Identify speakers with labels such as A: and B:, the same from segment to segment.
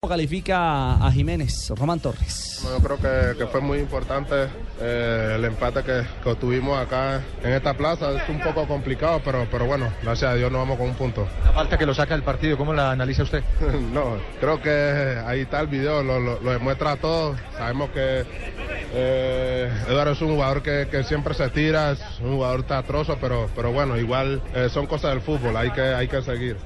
A: ¿Cómo califica a Jiménez, Román Torres?
B: Yo creo que, que fue muy importante eh, el empate que, que obtuvimos acá en esta plaza. Es un poco complicado, pero, pero bueno, gracias a Dios nos vamos con un punto.
C: La falta que lo saca el partido, ¿cómo la analiza usted?
B: no, creo que ahí está el video, lo, lo, lo demuestra a todos. Sabemos que eh, Eduardo es un jugador que, que, siempre se tira, es un jugador teatroso, pero, pero bueno, igual eh, son cosas del fútbol, hay que, hay que seguir.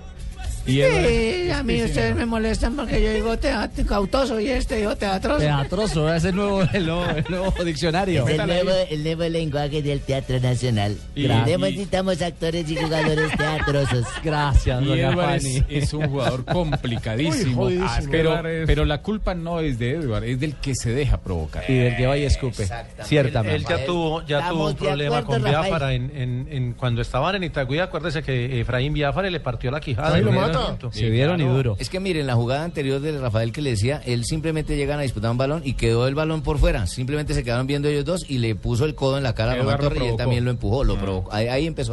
D: Y sí, a mí ustedes me molestan porque yo digo teatro, cautoso y este digo teatroso.
A: Teatroso, es el nuevo, el nuevo, el nuevo diccionario.
E: Es el nuevo, el nuevo, lenguaje del teatro nacional. Y, y, necesitamos actores y jugadores teatrosos.
A: Gracias,
F: y Edward es, es, un jugador complicadísimo. Uy, ah, pero, pero la culpa no es de Edward, es del que se deja provocar.
A: Y del que va y escupe. Ciertamente.
C: Él, él, ya tuvo, ya Estamos tuvo un problema acuerdo, con Rafael. Biafara en, en, en, cuando estaban en Itagüí. Acuérdese que Efraín Biafara le partió la quijada.
A: Sí, no. Se vieron y duro.
E: Es que miren, la jugada anterior de Rafael que le decía, él simplemente llegan a disputar un balón y quedó el balón por fuera. Simplemente se quedaron viendo ellos dos y le puso el codo en la cara a Román Torres y él también lo empujó, lo ah. provocó. Ahí, ahí empezó.